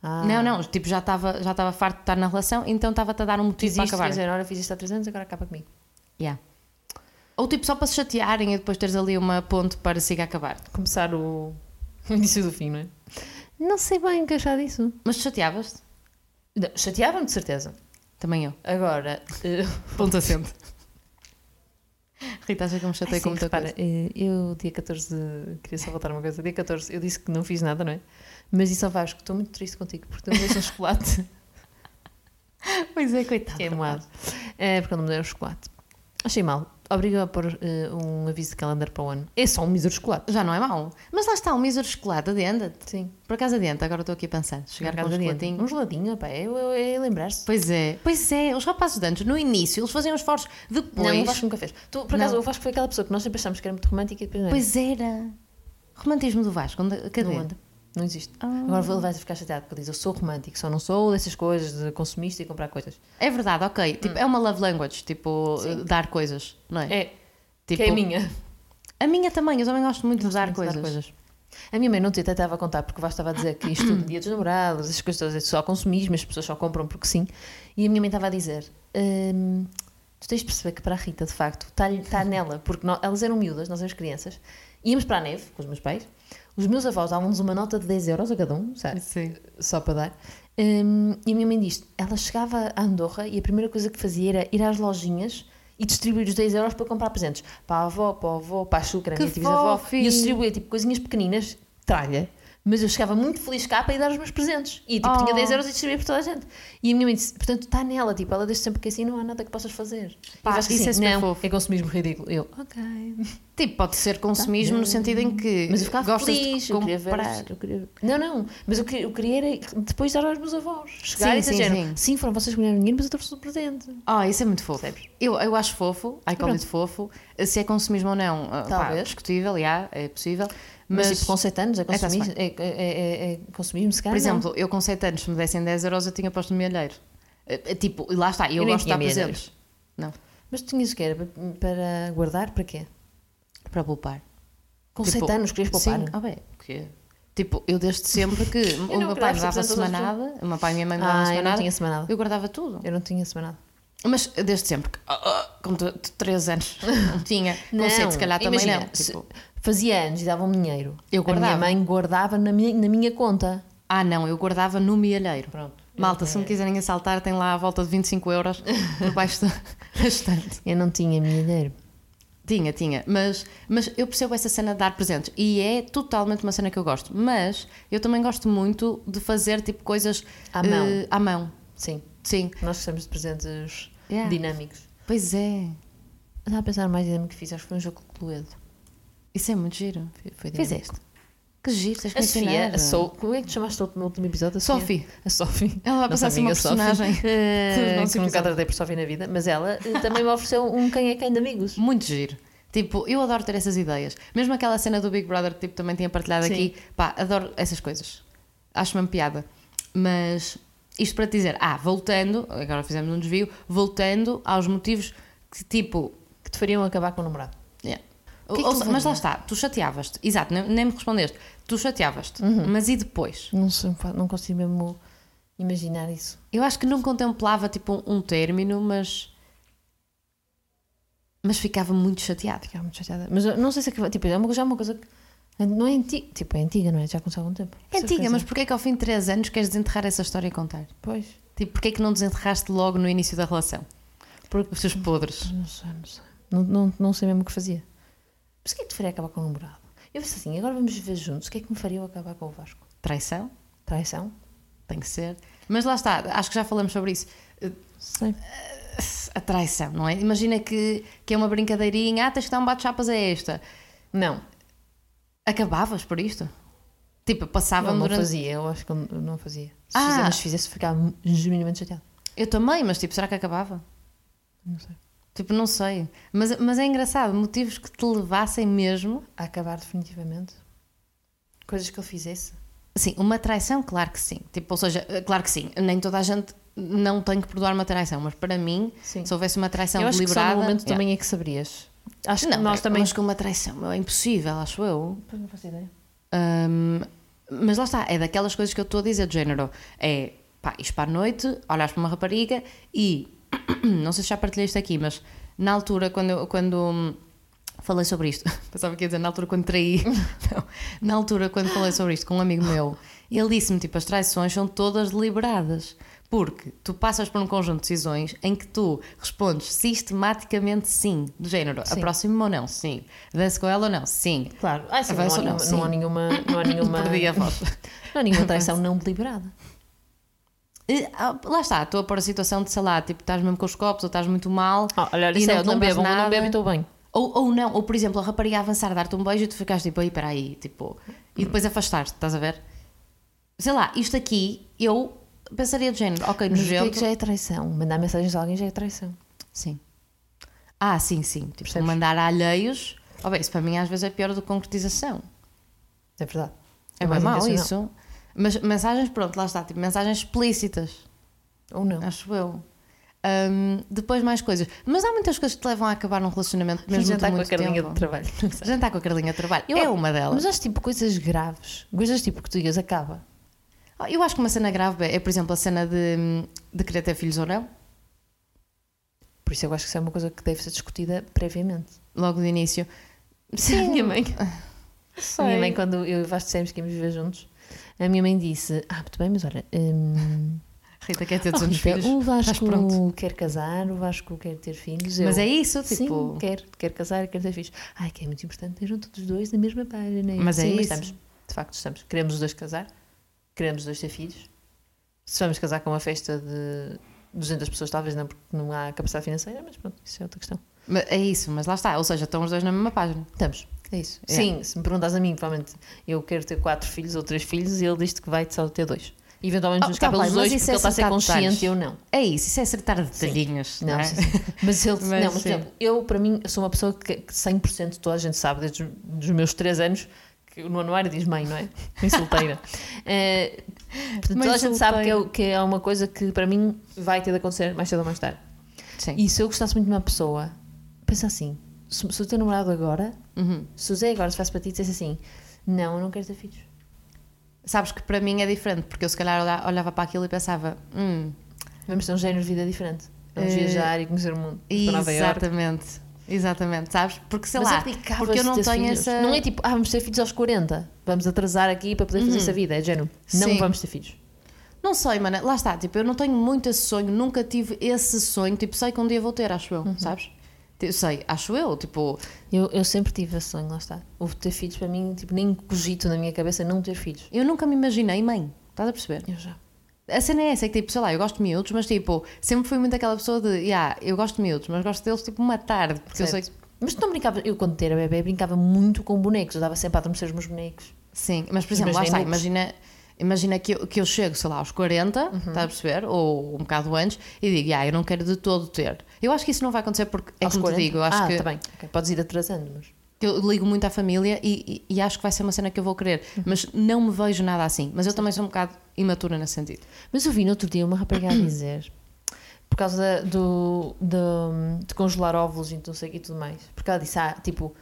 S2: Ah,
S1: Não, não, tipo, já estava já estava farto de estar na relação, então estava-te a dar um motivo
S2: Fiz tipo,
S1: para
S2: isto,
S1: acabar.
S2: quer dizer, olha, fiz isto há três anos, agora acaba comigo.
S1: Yeah. Ou tipo, só para se chatearem e depois teres ali uma ponte para siga acabar.
S2: Começar o, o início do fim, não é? Não sei bem o que achar disso.
S1: Mas chateavas-te?
S2: Não, Chateava-me, de certeza.
S1: Também eu.
S2: Agora, eh,
S1: Ponto assente. Rita, acha que eu me
S2: Ai,
S1: chatei
S2: sim,
S1: com muita
S2: repara,
S1: coisa.
S2: eh, Eu, dia 14, de- queria só voltar uma coisa. Dia 14, eu disse que não fiz nada, não é? Mas disse ao Vasco, estou muito triste contigo porque tu me deste um chocolate
S1: Pois é, coitado.
S2: É, queimado. É, porque eu não me deram chocolate. Achei mal. obriga a pôr eh, um aviso de calendar para o ano. É só um mísero chocolate.
S1: Já não é mau. Mas lá está, um mísero de chocolate, adianta-te.
S2: Sim.
S1: Por acaso adianta, agora estou aqui a pensar. Chegar com um chocolatinho.
S2: Um geladinho, pá, é, é- é lembrar-se.
S1: Pois é, pois é. Os rapazes de antes, no início, eles faziam esforços. Depois.
S2: Não, o Vasco nunca fez. Tu, por acaso,
S1: Não.
S2: o Vasco foi aquela pessoa que nós sempre achámos que era muito romântica e depois não era.
S1: Pois era. Romantismo do Vasco, onde, cadê?
S2: Não anda. Não existe.
S1: Ah.
S2: Agora ele vai ficar chateado porque diz: Eu sou romântico, só não sou dessas coisas de consumista e comprar coisas.
S1: É verdade, ok. Tipo, É uma love language, tipo,
S2: Sim.
S1: dar coisas, não é?
S2: É,
S1: Tipo,
S2: que é a minha.
S1: A minha também, eu também gosto muito de dar
S2: Tem que
S1: coisas.
S2: dar coisas. A minha mãe não te tentava contar porque o Vasco estava a dizer que isto tudo, dia dos namorados, essas coisas todas, é só consumismo, as pessoas só compram porque sim. E a minha mãe estava a dizer: "Hum, Tu tens de perceber que para a Rita, de facto, está tá nela, porque nó- elas eram miúdas, nós éramos crianças, íamos para a neve com os meus pais, os meus avós davam-nos uma nota de 10 euros a cada um, sabe?
S1: Sim.
S2: só para dar. Hum, e a minha mãe diz: ela chegava a Andorra e a primeira coisa que fazia era ir às lojinhas e distribuir os 10 euros para comprar presentes para a avó, para a avó, para a Xucra, a
S1: Que
S2: minha bisavó.
S1: fofinho.
S2: E eu distribuía tipo coisinhas pequeninas, tralha. Mas eu chegava muito feliz cá para ir dar os meus presentes. E tipo,
S1: Oh.
S2: tinha 10 euros e distribuía para toda a gente. E a minha mãe disse: portanto, está nela, tipo, ela deixa sempre que assim não há nada que possas fazer.
S1: Pá,
S2: e eu acho que
S1: isso é
S2: assim,
S1: super
S2: não,
S1: fofo.
S2: é consumismo ridículo. Eu, ok.
S1: Tipo, pode ser consumismo no sentido em que
S2: Tá Mas eu ficava
S1: gostas
S2: feliz,
S1: de
S2: eu queria ver
S1: comprar.
S2: os- eu queria- Não, não, mas eu queria, eu queria era depois dar aos meus avós. Chegar
S1: Sim,
S2: e dizer,
S1: sim,
S2: sim,
S1: sim.
S2: sim. foram vocês que me deram dinheiro, mas eu trouxe um presente.
S1: Ah, isso é muito fofo.
S2: Percebes?
S1: Eu, eu acho fofo, I call it fofo. Se é consumismo ou não, ah, pá,
S2: Talvez.
S1: discutível, já, é possível.
S2: Mas,
S1: Mas,
S2: tipo, com 7 anos é
S1: tá-se
S2: consumismo, é, é, é, é consumismo se
S1: por
S2: calhar.
S1: exemplo, eu com 7 anos, se me dessem 10 euros, eu tinha posto no milheiro. Eh, eh, Tipo, lá está, eu,
S2: Eu nem
S1: gosto de
S2: tinha
S1: dar
S2: milheiros.
S1: presentes. Não,
S2: não. Mas tinhas o que era para guardar, para quê?
S1: para poupar.
S2: Com
S1: Tipo,
S2: 7 anos querias poupar?
S1: Sim, ah, bem, porque, tipo, eu desde sempre que o
S2: não
S1: meu
S2: quero
S1: pai me dava
S2: apresentar todas as
S1: semanada, o meu pai e minha mãe me davam
S2: Ah, eu não
S1: semanada,
S2: tinha semanada.
S1: eu guardava tudo.
S2: Eu não tinha semanada.
S1: Mas desde sempre, que, ah, ah, com 3 anos, não tinha. Com 7, se calhar também
S2: imagina,
S1: não.
S2: se
S1: Tipo,
S2: Fazia anos e davam dinheiro.
S1: Eu
S2: A
S1: guardava.
S2: minha mãe guardava na minha, na minha conta.
S1: ah, não, eu guardava no mielheiro.
S2: Pronto.
S1: Malta, se me quiserem assaltar, tem lá a volta de 25 euros por baixo da da estante.
S2: Eu não tinha dinheiro.
S1: Tinha, tinha. Mas, mas eu percebo essa cena de dar presentes e é totalmente uma cena que eu gosto. Mas eu também gosto muito de fazer tipo coisas
S2: À mão.
S1: eh, à mão.
S2: Sim.
S1: Sim.
S2: Nós gostamos de presentes
S1: Yeah.
S2: dinâmicos.
S1: Pois é.
S2: Eu Estava a pensar mais dinâmico que fiz, acho que foi um jogo de Cluedo.
S1: Isso é muito giro.
S2: Foi, foi dinâmico.
S1: Fizeste. Que giro, tens que
S2: é. A Sofia,
S1: ensinar.
S2: a Sou, como é que te chamaste no último episódio? A Sofia?
S1: Sophie.
S2: A Sophie.
S1: Ela vai
S2: Nossa
S1: passar-se uma
S2: amiga Sophie.
S1: personagem.
S2: Eh,
S1: Dos nossos
S2: que nunca
S1: episódios.
S2: tratei por Sofia na vida, mas ela eh, também me ofereceu um quem é quem de amigos.
S1: Muito giro. Tipo, eu adoro ter essas ideias. Mesmo aquela cena do Big Brother que tipo, também tinha partilhado
S2: Sim.
S1: aqui. Pá, adoro essas coisas. Acho uma piada. Mas isto para te dizer, ah, voltando, agora fizemos um desvio, voltando aos motivos que tipo.
S2: Que te fariam acabar com o namorado.
S1: yeah.
S2: O que é que
S1: Ou-
S2: tu
S1: mas lá
S2: faria?
S1: está, tu chateavas-te. Exato, nem, nem me respondeste. Tu chateavas-te.
S2: Uhum.
S1: Mas e depois?
S2: Não, sei, pá, não consigo mesmo imaginar isso.
S1: Eu acho que não contemplava tipo um, um término, mas. Mas ficava muito chateada.
S2: Ficava muito chateada. Mas eu não sei se acaba- tipo, é uma, já é uma coisa que. Não é antiga. Tipo, é antiga, não é? Já aconteceu há algum tempo.
S1: É antiga, mas
S2: Percebes?
S1: porquê é que ao fim de 3 anos queres desenterrar essa história e contar?
S2: Pois.
S1: Tipo, porquê é que não desenterraste logo no início da relação? Porque os seus podres.
S2: Não sei, não sei. Não, não, não sei mesmo o que fazia. Mas o que é que te faria acabar com o namorado? Eu pensei assim, agora vamos ver juntos o que é que me faria eu acabar com o Vasco.
S1: Traição,
S2: Traição?
S1: tem que ser. Mas lá está, acho que já falamos sobre isso. Eh,
S2: Sei.
S1: A traição, não é? Imagina que, que é uma brincadeirinha, ah, tens que dar um bate-chapas a esta.
S2: Não,
S1: Acabavas por isto? Tipo,
S2: não,
S1: passavam
S2: não
S1: durante.
S2: fazia, eu acho que eu não fazia. Se
S1: Ah!
S2: fizesse- mas fizesse, ficava genuinamente chateado.
S1: Eu também, mas tipo, será que acabava?
S2: Não sei.
S1: Tipo, não sei. Mas, mas é engraçado, motivos que te levassem mesmo.
S2: A acabar definitivamente? Coisas que ele fizesse?
S1: Sim, uma traição, claro que sim. Tipo, ou seja, eh, claro que sim. Nem toda a gente não tem que perdoar uma traição, mas para mim,
S2: Sim.
S1: se houvesse uma traição
S2: eu acho que só
S1: deliberada.
S2: no momento
S1: Yeah.
S2: também é que saberias. Acho que
S1: Não,
S2: nós também...
S1: Mas com uma traição, meu, é impossível, acho eu.
S2: Pois não faço ideia.
S1: Hum, mas lá está, é daquelas coisas que eu estou a dizer, de género. É pá, isto para a noite, olhas para uma rapariga e. Não sei se já partilhei isto aqui, mas na altura, quando, eu- quando hum, falei sobre isto, pensava que ia dizer na altura quando traí. Não, na altura, quando falei sobre isto com um amigo meu, ele disse-me: tipo, as traições são todas deliberadas. Porque tu passas por um conjunto de decisões em que tu respondes sistematicamente sim, do género,
S2: Sim.
S1: aproximo-me ou não? Sim. Danço com ela ou não? Sim.
S2: Claro. Ah, sim,
S1: Avança
S2: não, há
S1: ou
S2: nenhuma- não, há nenhuma... Não há nenhuma...
S1: Perdi a voz.
S2: Não há nenhuma traição não deliberada.
S1: Eh, ah, Lá está, estou a pôr a situação de, sei lá, tipo, estás mesmo com os copos ou estás muito mal.
S2: Ah, olha, olha,
S1: E
S2: isso
S1: não
S2: é, eu não
S1: tomas
S2: bebo, eu não
S1: nada.
S2: bebo e estou bem.
S1: Ou, ou não, ou por exemplo, a rapariga a avançar, dar-te um beijo e tu ficaste tipo, aí, peraí, tipo, e depois afastar-te, estás a ver? Sei lá, isto aqui eu pensaria do género, ok,
S2: Mas o que é que
S1: nojento.
S2: já é traição? Mandar mensagens a alguém já é traição.
S1: Sim. Ah, sim, sim. Tipo,
S2: Percebes?
S1: mandar a alheios. Oh, bem, isso para mim às vezes é pior do que concretização.
S2: É verdade.
S1: É bem
S2: mais
S1: mau
S2: intencional.
S1: isso. Mas mensagens, pronto, lá está, tipo, mensagens explícitas.
S2: Ou não.
S1: Acho eu. Hum, depois mais coisas. Mas há muitas coisas que te levam a acabar num relacionamento mesmo
S2: Mesmo jantar
S1: de
S2: com a
S1: muito
S2: carinha
S1: tempo.
S2: de trabalho.
S1: Jantar com a Carlinha de trabalho.
S2: Eu-
S1: é uma delas.
S2: Mas acho tipo coisas graves. Coisas tipo que tu digas acaba.
S1: Ah, Eu acho que uma cena grave é, por exemplo, a cena de, de querer ter filhos ou não,
S2: Por isso eu acho que isso é uma coisa que deve ser discutida previamente.
S1: logo de início. Sim,
S2: A minha mãe. A minha mãe, quando eu e o Vasco dissemos que íamos viver juntos, a minha mãe disse: Ah, muito bem, mas olha. hum,
S1: Rita quer ter
S2: oh,
S1: 200
S2: Rita,
S1: filhos.
S2: o
S1: Estás pronto.
S2: Vasco quer casar, o Vasco quer ter filhos.
S1: Mas
S2: eu-
S1: é isso,
S2: Sim,
S1: tipo.
S2: quer, quer casar, quer ter filhos. Ai, que é muito importante, estejam todos os dois na mesma página.
S1: Mas é
S2: Sim,
S1: isso.
S2: estamos, de facto, estamos. Queremos os dois casar, queremos os dois ter filhos. Se vamos casar com uma festa de 200 pessoas, talvez não, porque não há capacidade financeira, mas pronto, isso é outra questão.
S1: Mas é isso, mas lá está. Ou seja, estão os dois na mesma página.
S2: Estamos. É isso.
S1: É.
S2: Sim, se me perguntas a mim, provavelmente eu quero ter quatro filhos ou três filhos e ele diz-te que vai só ter dois. Eventualmente
S1: Oh,
S2: nos
S1: tá
S2: cabe
S1: bem,
S2: os
S1: mas
S2: dois
S1: isso
S2: porque
S1: é
S2: ele está a ser
S1: acertar detalhes.
S2: consciente e eu não.
S1: É isso, isso é acertar detalhinhos.
S2: Não,
S1: é?
S2: sim, sim. mas ele,
S1: Mas
S2: não, mas, por
S1: sim.
S2: exemplo, eu para mim eu sou uma pessoa que que 100% de toda a gente sabe desde os dos meus 3 anos que no anuário diz mãe, não é? Mãe solteira. Eh, portanto,
S1: Mãe
S2: toda a gente sabe que
S1: solteira.
S2: é, o- que é uma coisa que para mim vai ter de acontecer mais cedo ou mais tarde.
S1: Sim.
S2: E se eu gostasse muito de uma pessoa, pensa assim: se, se o teu namorado agora,
S1: Uhum.
S2: se o Zé agora se faz para ti, dissesse assim: não, eu não quero ter filhos.
S1: Sabes que para mim é diferente, porque eu se calhar olha- olhava para aquilo e pensava, hum,
S2: Vamos ter um género de vida diferente. Vamos
S1: Eh,
S2: viajar e conhecer o mundo. ir para Nova Iorque.
S1: exatamente, exatamente, sabes? Porque sei
S2: Mas
S1: lá,
S2: aplicava-se
S1: porque eu não
S2: ter
S1: tenho
S2: filhos.
S1: essa.
S2: Não é tipo, ah, vamos ter filhos aos 40, vamos atrasar aqui para poder fazer essa vida. É de género, não
S1: Sim.
S2: vamos ter filhos.
S1: Não sei, mana, lá está, tipo, eu não tenho muito esse sonho, nunca tive esse sonho, tipo, sei que um dia vou ter, acho eu,
S2: Uhum.
S1: sabes? Tipo, Sei, acho eu, tipo,
S2: Eu, eu sempre tive esse sonho, lá está. Houve ter filhos para mim, tipo, nem cogito na minha cabeça não ter filhos.
S1: eu nunca me imaginei mãe, estás a perceber?
S2: Eu já.
S1: A cena é essa, é que tipo, sei lá, eu gosto de miúdos, mas tipo, sempre fui muito aquela pessoa de, yeah, eu gosto de miúdos, mas gosto deles tipo uma tarde, porque eu
S2: Certo.
S1: sei que.
S2: Mas tu não brincavas, eu quando era bebê brincava muito com bonecos, eu dava sempre a adormecer os meus bonecos.
S1: Sim, mas por
S2: Os
S1: exemplo,
S2: meus
S1: lá está,
S2: looks.
S1: imagina, imagina que, eu, que eu chego, sei lá, aos 40, estás a perceber? Ou um bocado antes, e digo, ah, eu não quero de todo ter. Eu acho que isso não vai acontecer porque é
S2: Aos
S1: como
S2: 40.
S1: te digo, eu acho
S2: ah,
S1: que,
S2: tá bem. Ok, Podes ir atrasando, mas.
S1: que eu ligo muito à família e, e- e acho que vai ser uma cena que eu vou querer, mas não me vejo nada assim. Mas eu também sou um bocado imatura nesse sentido.
S2: Mas eu vi no outro dia uma rapariga a dizer, por causa da- do, do- de congelar óvulos e não sei o quê e tudo mais, porque ela disse, ah, tipo,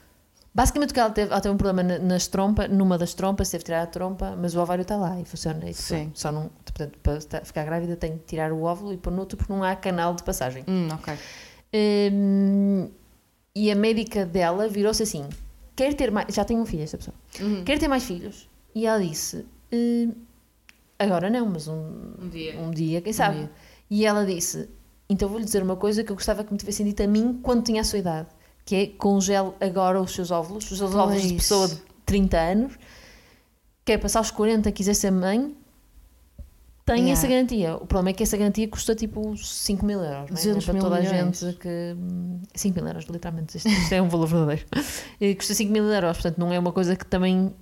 S2: basicamente que ela teve, ela teve um problema na- nas trompas, numa das trompas, teve que tirar a trompa, mas o ovário está lá e funciona. E tipo,
S1: Sim.
S2: Só não, portanto, para estar- ficar grávida tem que tirar o óvulo e pôr no outro porque não há canal de passagem.
S1: Hum, ok.
S2: Hum, e a médica dela virou-se assim: quer ter mais. Já tem um filho, esta pessoa.
S1: Uhum.
S2: Quer ter mais filhos. E ela disse: "Hum, agora não, mas um,
S1: Um dia.
S2: um dia, quem sabe.
S1: dia.
S2: E ela disse: Então vou-lhe dizer uma coisa que eu gostava que me tivessem dito a mim quando tinha a sua idade, que é congele agora os seus óvulos, os seus óvulos de
S1: Pois.
S2: pessoa de 30 anos, quer passar aos 40, quiser ser mãe. Tem
S1: Yeah.
S2: essa garantia. O problema é que essa garantia custa tipo 5 mil euros. Não é?
S1: 200
S2: Não é
S1: mil
S2: para toda
S1: milhões.
S2: a gente que. hum, 5 mil euros, literalmente. Isto, isto é um valor verdadeiro. Eh, custa 5 mil euros, portanto não é uma coisa que também.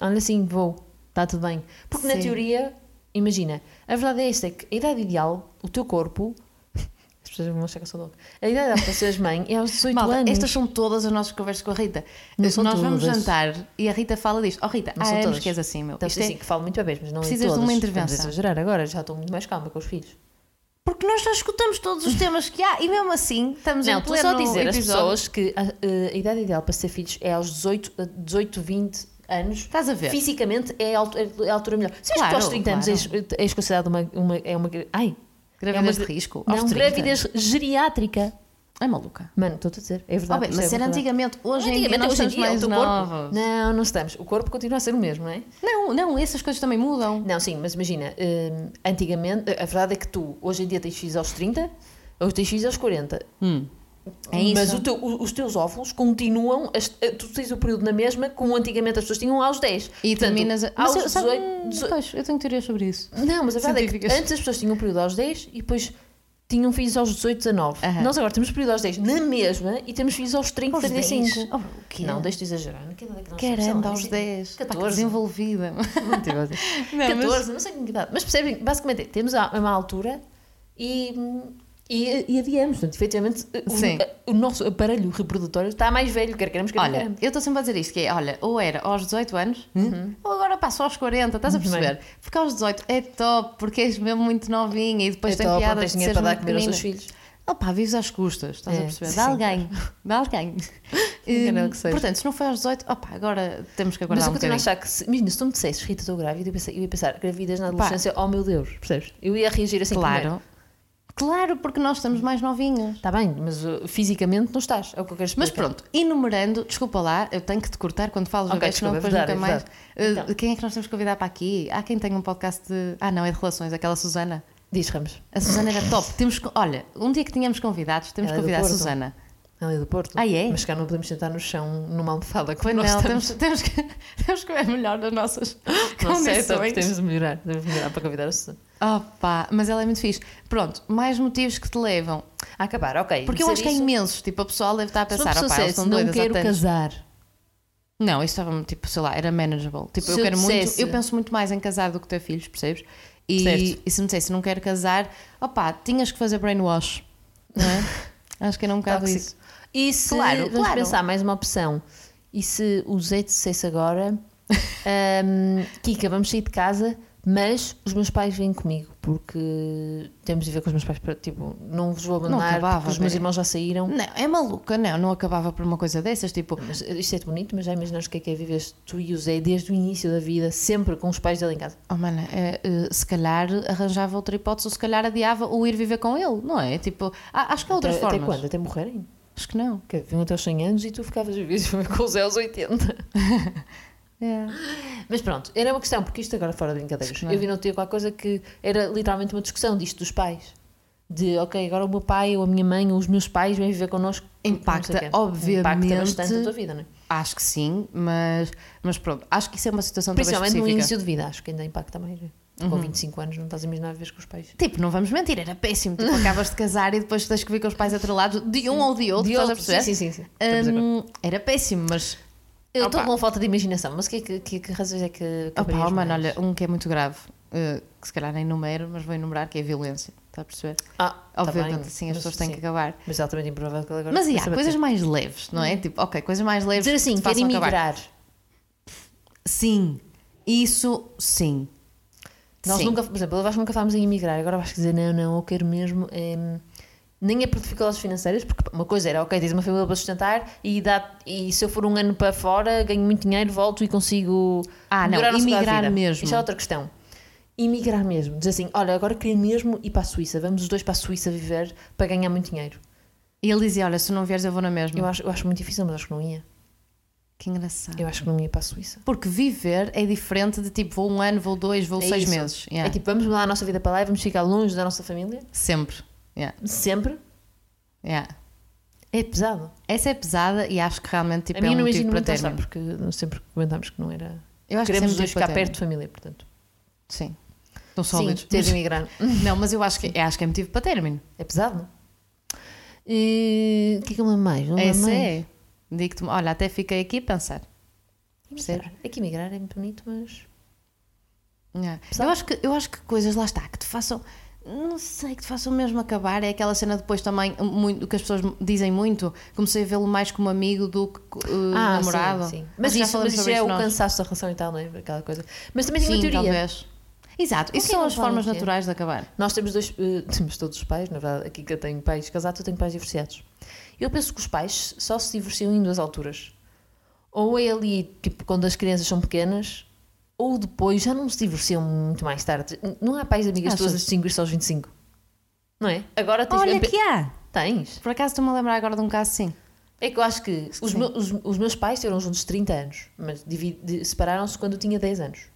S2: Olha assim, vou, está tudo bem. Porque na
S1: Sim.
S2: teoria, imagina, a verdade é esta: é que a idade ideal, o teu corpo. As pessoas vão achar que eu sou louca. A idade ideal para seres mãe é aos 18
S1: Malta,
S2: anos.
S1: estas são todas as nossas conversas com a Rita.
S2: Não
S1: Nós
S2: são
S1: vamos
S2: todas.
S1: jantar e a Rita fala disto. Oh Rita,
S2: Não
S1: há
S2: são
S1: anos
S2: todas.
S1: que és assim, meu.
S2: Então,
S1: Isto é-
S2: assim, que falo muito a vez, mas não
S1: Precisas
S2: em
S1: de
S2: todas.
S1: uma
S2: Estamos
S1: intervenção.
S2: a exagerar agora, já estou muito mais calma com os filhos.
S1: Porque nós já escutamos todos os temas que há e mesmo assim estamos
S2: Não,
S1: em
S2: estou
S1: pleno
S2: só a dizer às
S1: episódio.
S2: pessoas que a, eh, a idade ideal para ser filhos é aos 18, a 18 20 anos.
S1: Estás Tá a ver?
S2: Fisicamente é a altu- é a altura melhor. Se és que tu
S1: Claro,
S2: aos 30 anos és, eh,
S1: claro.
S2: és considerado uma, uma, é uma. gra- Ai!
S1: Gravidez
S2: é uma,
S1: de risco, aos
S2: Não,
S1: 30.
S2: gravidez geriátrica.
S1: É maluca.
S2: Mano, estou-te a dizer. É
S1: Oh,
S2: verdade.
S1: bem,
S2: isto
S1: mas
S2: é
S1: era
S2: verdade.
S1: antigamente, hoje em dia
S2: Antigamente,
S1: nós
S2: hoje em
S1: estamos
S2: dia, é
S1: mais
S2: o teu corpo-
S1: novos.
S2: Não, não estamos. O corpo continua a ser o mesmo, não é?
S1: Não, não, essas coisas também mudam.
S2: Não, sim, mas imagina, hum, antigamente, a verdade é que tu hoje em dia tens filhos aos 30, hoje tens filhos aos 40.
S1: É isso.
S2: Mas o teu- o- os teus óvulos continuam. as- tu tens o período na mesma, como antigamente as pessoas tinham aos 10.
S1: E
S2: Portanto,
S1: terminas. a-
S2: aos
S1: Mas eu- sabe-
S2: 18,
S1: hum,
S2: 18
S1: Pois, eu tenho teorias sobre isso.
S2: Não, mas a verdade é
S1: Científicas.
S2: que antes as pessoas tinham período aos 10 e depois tinham filhos aos 18, 19.
S1: Aham.
S2: Nós agora temos período aos 10 na mesma e temos filhos aos 30, 35.
S1: Oh, o quê?
S2: Não, deixa-te exagerar. Não, que idade é que nós temos? Sei lá,
S1: Caramba, aos
S2: sei-
S1: 10. 14.
S2: 14.
S1: desenvolvida. Não tive aos 10. Não, mas-
S2: 14, não sei com que idade. Mas percebem, basicamente, é, temos a mesma altura e, e, e adiamos. Portanto, efetivamente,
S1: Sim.
S2: o, o nosso aparelho reprodutório está mais velho, quer queremos, quer não
S1: Olha,
S2: queremos.
S1: eu estou sempre a dizer isto: que é, olha, ou era aos 18 anos, hum?
S2: Uhum.
S1: ou agora pá, só aos 40, estás a
S2: Muito
S1: perceber? Porque aos 18 é top, porque és mesmo muito novinha e depois
S2: Eu
S1: tem
S2: estou a
S1: piada
S2: apontar
S1: de
S2: dinheiro
S1: seres
S2: para dar a
S1: muito
S2: comer aos seus
S1: pequenina.
S2: filhos.
S1: Opa, vives às custas, estás a
S2: É,
S1: perceber?
S2: sim,
S1: Dá alguém, dá alguém.
S2: Engana
S1: Hum,
S2: o que seja.
S1: portanto, se não foi aos 18, opa, agora temos que
S2: Mas
S1: aguardar
S2: eu
S1: um
S2: continuo a
S1: bocadinho.
S2: achar que, se, imagina, se tu me dissesses, Rita, estou grávida, eu, pensei, eu ia pensar, gravidas na adolescência, oh meu Deus, percebes? Eu ia reagir assim primeiro.
S1: Claro. Claro, porque nós estamos mais novinhos.
S2: Está bem, mas uh, fisicamente não estás, é o que eu quero explicar.
S1: Mas pronto, enumerando, desculpa lá, eu tenho que te cortar quando falas
S2: Ok,
S1: okay, vez, senão
S2: desculpa,
S1: depois nunca
S2: é
S1: mais.
S2: verdade, é
S1: Eh,
S2: verdade.
S1: Quem é que nós temos que convidar para aqui? Há quem tenha um podcast de. Ah, não, é de relações, aquela Susana.
S2: Diz Ramos,
S1: A Susana era top. Temos que- Olha, um dia que tínhamos convidados, temos
S2: Ela é
S1: que
S2: do
S1: convidar a
S2: Porto.
S1: Susana.
S2: ela é do Porto.
S1: Ah, é?
S2: Mas cá não podemos sentar no chão numa almofada como é
S1: Pois
S2: nós
S1: não,
S2: estamos.
S1: temos, temos, que, temos que ver melhor nas nossas
S2: Não sei, então,
S1: condições.
S2: temos de melhorar, temos de melhorar para convidar a Susana.
S1: Opa, mas ela é muito fixe. Pronto, mais motivos que te levam.
S2: A acabar, ok.
S1: Porque eu
S2: Dizer
S1: acho que é
S2: isso,
S1: imensos. Tipo, a pessoa deve estar a
S2: se uma
S1: pensar,
S2: pessoa
S1: opa, elas
S2: dissesse,
S1: estão
S2: não
S1: doidas há
S2: quero
S1: tantos. Tá
S2: casar. um
S1: Não, isso estava tipo, sei lá, era manageable. Tipo,
S2: Se
S1: eu
S2: eu
S1: quero muito,
S2: dissesse-
S1: eu penso muito mais em casar do que ter filhos, percebes? E,
S2: Certo.
S1: e se me dissesse, não quero casar, opá, tinhas que fazer brainwash, não é? Acho que era um bocado
S2: Tóxico.
S1: isso.
S2: E se
S1: Claro,
S2: vamos
S1: claro.
S2: pensar mais uma opção, e se o Zé dissesse agora, hum, Kika, vamos sair de casa, mas os meus pais vêm comigo, porque temos de ver com os meus pais, para, tipo, não vos vou abandonar,
S1: acabava, né?
S2: porque os meus
S1: Vera.
S2: irmãos já saíram.
S1: Não, é maluca, não, não acabava por uma coisa dessas, tipo,
S2: Mas isto é bonito, mas já imaginaste o que é que é viver tu e o Zé desde o início da vida, sempre com os pais dele em casa.
S1: oh mana, é, eh, se calhar arranjava outra hipótese, ou se calhar adiava ou ir viver com ele, não é? Tipo, ah, acho que há outras
S2: até, até
S1: formas.
S2: quando? Até morrerem?
S1: Acho que não.
S2: Que vinham até aos 100 anos e tu ficavas a viver com o Zé aos 80.
S1: É.
S2: Mas pronto, era uma questão, porque isto agora fora de brincadeiras.
S1: Não.
S2: Eu vi no outro dia qualquer coisa que era literalmente uma discussão disto dos pais. De, ok, agora o meu pai ou a minha mãe ou os meus pais vêm viver connosco.
S1: Impacta,
S2: não sei o quê.
S1: obviamente.
S2: Impacta bastante a tua vida, não é?
S1: Acho que sim, mas, mas pronto, acho que isso é uma situação talvez
S2: Principalmente no
S1: específica.
S2: início
S1: Uhum.
S2: de vida, acho que ainda impacta mais. não é? Com 25 anos não estás a mesma vez com os pais.
S1: Tipo, não vamos mentir, era péssimo. Tipo, acabas de casar e depois tens que vir com os pais atrelados de um ou de outro,
S2: De
S1: estás a
S2: outro,
S1: perceber?
S2: Sim, sim, sim. sim. Estamos de acordo.
S1: Hum, era péssimo, mas.
S2: eu estou
S1: opa.
S2: com falta de imaginação, mas que, que, que, que razões é que. que
S1: Opa,
S2: abrias
S1: oh, mano,
S2: mais?
S1: olha, um que é muito grave, eh, que se calhar nem número, mas vou enumerar, que é a violência, estás a perceber?
S2: Ah, tá
S1: Obviamente,
S2: bem,
S1: assim,
S2: mas
S1: as pessoas têm
S2: sim.
S1: que acabar.
S2: Mas é altamente improvável que ele agora.
S1: Mas e
S2: comece
S1: há
S2: a bater.
S1: coisas
S2: Uhum.
S1: mais leves, não é? Tipo, ok, coisas mais leves.
S2: Dizer
S1: que
S2: assim,
S1: te
S2: quero
S1: façam acabar.
S2: emigrar.
S1: Sim, isso sim.
S2: Nós
S1: Sim.
S2: nunca, por exemplo, eu acho que nunca falámos em emigrar, agora vais dizer, não, não, eu quero mesmo. em- nem é por dificuldades financeiras, porque uma coisa era, ok, tens uma família para sustentar e, dá, e se eu for um ano para fora, ganho muito dinheiro, volto e consigo.
S1: Ah, não,
S2: melhorar a nossa
S1: emigrar
S2: vida.
S1: mesmo.
S2: Isso é outra questão. Emigrar mesmo. Dizer assim, olha, agora queria mesmo ir para a Suíça, vamos os dois para a Suíça viver para ganhar muito dinheiro.
S1: E ele dizia: Olha, se não vieres, eu vou na mesma.
S2: Eu acho, eu acho muito difícil, mas acho que não ia.
S1: Que engraçado.
S2: Eu acho que não ia para a Suíça.
S1: Porque viver é diferente de tipo, vou um ano, vou dois, vou
S2: É
S1: seis
S2: isso.
S1: meses. Yeah.
S2: É tipo, vamos mudar a nossa vida para lá e vamos ficar longe da nossa família,
S1: Sempre. Yeah.
S2: sempre.
S1: Yeah.
S2: É pesado.
S1: Essa é pesada e acho que realmente tipo,
S2: a mim
S1: é um
S2: não
S1: motivo
S2: imagino
S1: para
S2: muito essa,
S1: término.
S2: porque sempre comentámos que não era.
S1: Eu acho
S2: Queremos os
S1: que
S2: dois
S1: isso é um motivo
S2: ficar
S1: para
S2: perto de família, portanto.
S1: término. Sim. Estão
S2: Sim,
S1: sólidos.
S2: ter de emigrar.
S1: Mas- não, mas eu acho que, eu acho que é motivo para término.
S2: É pesado, não? E... O que é que eu me lembro mais? Não me lembro
S1: Essa
S2: mais.
S1: é. Digo-te, olha, até fiquei aqui a pensar.
S2: Emigrar. É que emigrar é muito bonito, mas.
S1: Yeah. Eu, acho que, eu acho que coisas lá está, que te façam. Não sei, que te façam mesmo acabar. É aquela cena depois também, muito, que as pessoas dizem muito. Comecei a vê-lo mais como amigo do que uh, namorado.
S2: Ah, sim, sim. Mas
S1: Acho que já
S2: isso,
S1: falamos
S2: mas isso
S1: sobre
S2: é o
S1: nós.
S2: cansaço da relação e tal, não é? Aquela coisa. Mas também tenho
S1: Sim,
S2: uma teoria.
S1: talvez. Exato, isso
S2: que é
S1: são
S2: que
S1: as
S2: vale
S1: formas
S2: o quê?
S1: naturais de acabar.
S2: Nós temos dois. eh, temos todos os pais, na verdade. Aqui que eu tenho pais casados, eu tenho pais divorciados. Eu penso que os pais só se divorciam em duas alturas. Ou é ali, tipo, quando as crianças são pequenas, ou depois já não se divorciam muito mais tarde. Não há pais de amigas
S1: Achas?
S2: todas a distinguir-se aos 25. Não é? Agora tens.
S1: Olha
S2: mesmo-
S1: que há!
S2: Tens.
S1: Tipo, Por acaso estou-me a lembrar agora de um caso sim.
S2: É que eu acho que os, meu- os- os meus pais tiveram juntos 30 anos, mas dividi- separaram-se quando eu tinha 10 anos.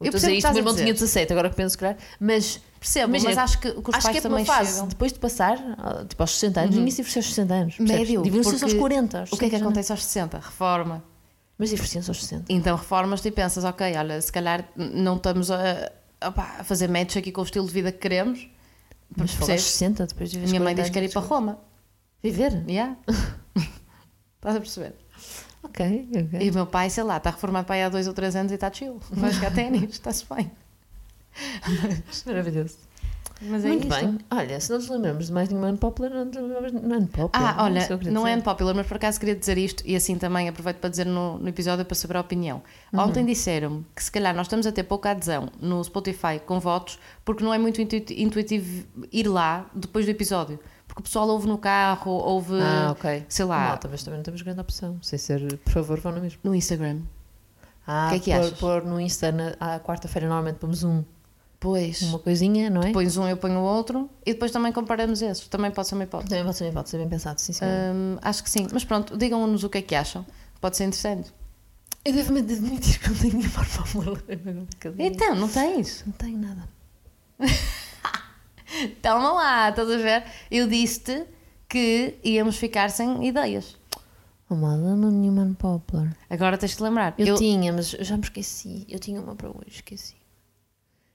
S2: Eu percebo
S1: percebo o que
S2: isto,
S1: estás
S2: meu
S1: a
S2: irmão
S1: dizer.
S2: tinha 17, agora que penso, se calhar. Mas
S1: Percebo,
S2: Imagina,
S1: mas acho que, que os
S2: acho
S1: pais
S2: que é uma
S1: também
S2: fase,
S1: chegam.
S2: depois de passar, ah, tipo aos 60 anos, ninguém se divorcia aos 60 anos. percebes?
S1: Uhum. Médio,
S2: Divorciam-se aos
S1: porque
S2: 40. Aos
S1: O que é que
S2: 60 anos.
S1: acontece aos 60? Reforma.
S2: Mas divorciam-se aos 60.
S1: Então reformas-te e pensas, ok, olha, se calhar n- não estamos a, opá, a fazer match aqui com o estilo de vida que queremos.
S2: Mas foi aos
S1: Percebes?
S2: 60, depois de viver
S1: Minha mãe diz
S2: 40
S1: que quer ir para
S2: anos,
S1: Roma.
S2: Viver?
S1: Yeah. Estás a perceber?
S2: Ok, ok.
S1: E o meu pai, sei lá, está reformado para aí há dois ou três anos e está chill. Vai jogar ténis, está-se bem.
S2: é Maravilhoso.
S1: Mas é
S2: Muito
S1: isto.
S2: bem. Olha, se não nos lembramos de mais nenhuma unpopular, não nos lembramos de nenhuma unpopular.
S1: Ah, olha,
S2: sei o que eu queria
S1: não é
S2: dizer.
S1: unpopular, mas por acaso queria dizer isto e assim também aproveito para dizer no, no episódio para saber a opinião.
S2: Uhum.
S1: Ontem disseram-me que se calhar nós estamos a ter pouca adesão no Spotify com votos porque não é muito intuit- intuitivo ir lá depois do episódio. Porque o pessoal ouve no carro, ouve,
S2: Ah, ok.
S1: sei lá,
S2: Mal, talvez também não temos grande opção. Sem ser, por favor, vão na mesma.
S1: no Instagram.
S2: Ah,
S1: que é que
S2: pôr,
S1: achas?
S2: pôr no Insta, na, à quarta-feira, normalmente pomos um,
S1: Pois.
S2: uma coisinha, não é?
S1: Pões um, eu ponho o outro e depois também comparamos esses. Também pode ser uma hipótese.
S2: Também pode ser, pode ser bem pensado, sim, senhora.
S1: Hum, acho que sim. Mas pronto, digam-nos o que é que acham. Pode ser interessante.
S2: Eu devo me admitir que não tenho nenhuma fórmula. Não
S1: Então, não tens?
S2: tenho nada.
S1: Toma lá, estás a ver? Eu disse-te que íamos ficar sem ideias.
S2: Oh, Madama Newman Poplar.
S1: Agora tens de lembrar.
S2: Eu, tinha, mas eu já me esqueci. Eu tinha uma para hoje, esqueci.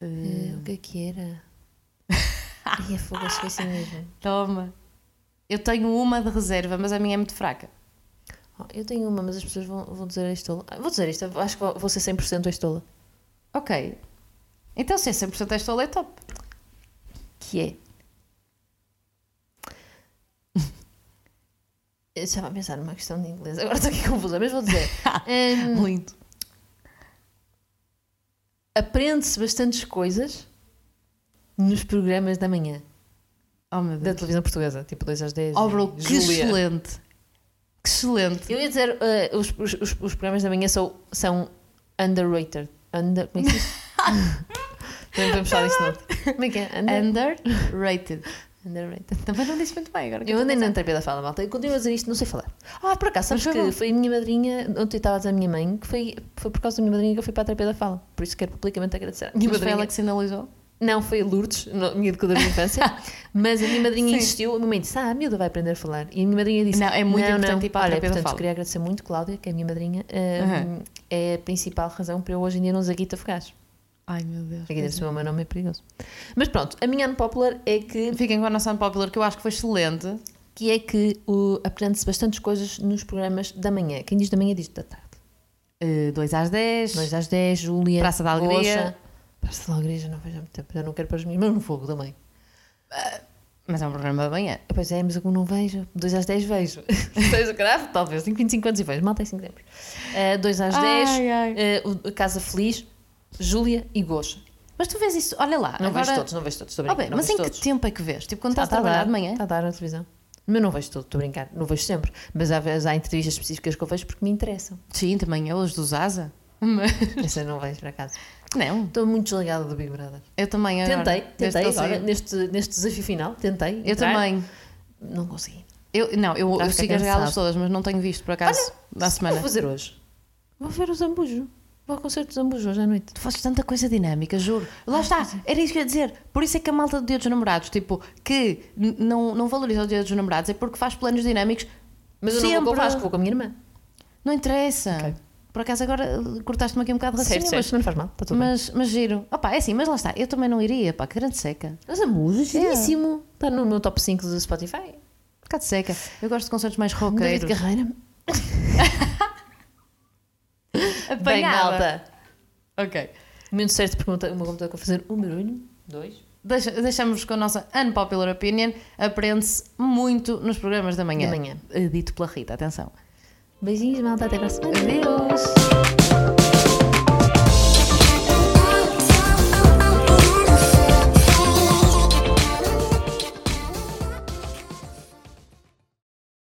S2: Eh, o que é que era? Ai, a fogo, esqueci mesmo.
S1: Toma. Eu tenho uma de reserva, mas a minha é muito fraca.
S2: Oh, eu tenho uma, mas as pessoas vão, vão dizer a estola. Ah, Vou dizer isto, acho que vou- vou ser 100% a estola.
S1: Ok. Então, se é 100% esta é top.
S2: Que é. Eu estava a pensar numa questão de inglês, agora estou aqui confusa, mas vou dizer. Hum,
S1: Lindo.
S2: aprende-se bastantes coisas nos programas da manhã
S1: Oh, meu
S2: da
S1: Deus.
S2: televisão portuguesa, tipo 2 às 10.
S1: Oh, bro,
S2: e
S1: que
S2: Júlia.
S1: excelente. Que excelente.
S2: Eu ia dizer, eh, os, os, os- os programas da manhã são, são underrated. Under, como é que se diz? Também podemos falar disto não. Como é que é? Under-
S1: Underrated.
S2: underrated.
S1: Também não disse muito bem agora. que
S2: Eu
S1: estou
S2: andei
S1: a
S2: na
S1: pensar.
S2: terapia da fala, malta. Eu continuo a dizer isto, não sei falar. Ah, por acaso, sabes
S1: Mas foi
S2: que
S1: bom.
S2: foi a minha madrinha, ontem eu estava a dizer à minha mãe, que foi, foi por causa da minha madrinha que eu fui para a terapia da fala. Por isso quero publicamente agradecer à minha
S1: Mas foi
S2: madrinha.
S1: ela que sinalizou.
S2: Não, foi a Lourdes, no- minha educadora de infância, mas a minha madrinha
S1: Sim.
S2: insistiu, a minha mãe disse, ah, a miúda vai aprender a falar. E a minha madrinha disse,
S1: Não, é muito importante ir para a
S2: Olha,
S1: terapia da
S2: portanto,
S1: fala.
S2: queria agradecer muito, Cláudia, que é a minha madrinha, hum, é a principal razão para eu hoje em dia não usar guita fugaz.
S1: Ai, meu Deus.
S2: Aqui deve ser o meu nome, é perigoso. Mas pronto, a minha unpopular é que,
S1: Fiquem com a nossa popular que eu acho que foi excelente.
S2: que, é que o- aprende-se bastantes coisas nos programas da manhã. Quem diz da manhã diz da tarde.
S1: 2 Eh, às 10.
S2: 2 às 10, Júlia,
S1: Praça da Alegria.
S2: Gocha. Praça da Alegria já não vejo há muito tempo, já não quero para os meus, mas no fogo também.
S1: Mas é um programa da manhã.
S2: Ah, Pois é, mas eu não vejo. 2 às 10 vejo. 6 grave, talvez. Tenho 25 anos e vejo. é assim Mal tem 5 tempos. 2 Ah, às
S1: Ai, ai.
S2: 10, uh, o- Casa Feliz, Júlia e Gocha.
S1: Mas tu vês isso, olha lá.
S2: Não
S1: agora...
S2: vejo todos, não vejo todos. Estou a
S1: Oh,
S2: brincar.
S1: bem,
S2: não
S1: mas
S2: vejo
S1: em que
S2: todos.
S1: tempo é que vês? Tipo, quando
S2: Ah,
S1: estás
S2: tá
S1: a
S2: a
S1: trabalhar
S2: dar,
S1: de manhã?
S2: Está a dar na televisão. Mas não vejo tudo, estou a brincar. Não vejo sempre. Mas às vezes há entrevistas específicas que eu vejo porque me interessam.
S1: Sim, também eu, os do Zaza. Mas...
S2: Essa eu não vejo, por acaso.
S1: Não,
S2: Estou muito desligada do Big Brother.
S1: eu também. agora,
S2: Tentei,
S1: desde
S2: tentei
S1: que ele
S2: agora,
S1: saiu.
S2: neste, neste desafio final, tentei.
S1: Eu
S2: entrar.
S1: também.
S2: Não consegui.
S1: Eu, não, eu,
S2: Estás a ficar
S1: eu sigo as
S2: cansado.
S1: galas todas, mas não tenho visto por acaso da
S2: O é que vou
S1: semana.
S2: fazer hoje? Vou ver o Zambujo. Vou ao concerto do Zambujo hoje à noite.
S1: Tu fazes tanta coisa dinâmica, juro. Lá está, era isso que eu ia dizer. Por isso é que a malta do Dia dos Namorados, tipo, que n- não, não valoriza o Dia dos Namorados, é porque faz planos dinâmicos.
S2: Mas eu
S1: sempre...
S2: não vou com o Vasco, vou com a minha irmã.
S1: Não interessa.
S2: Ok.
S1: Por acaso agora uh, cortaste-me aqui um
S2: Ah,
S1: bocado de raciocínio, mas
S2: não faz mal, tá está
S1: Mas, mas giro. Opa, é assim, mas lá está. Eu também não iria, pá, que grande seca. Um
S2: Mas a música é giríssimo. Está no meu top 5 do Spotify.
S1: Bocado seca. Eu gosto de concertos mais
S2: David
S1: roqueiros.
S2: Carreira. Bem,
S1: Apanhada.
S2: malta.
S1: Ok.
S2: Momento certo de pergunta, uma pergunta que eu vou fazer. Um barulho. Dois.
S1: Deixa, deixamos com a nossa unpopular opinion. Aprende-se muito nos programas da manhã.
S2: Da manhã.
S1: Eh, Dito pela Rita, atenção.
S2: Beijinhos, malta. Até para a semana.
S1: Adeus.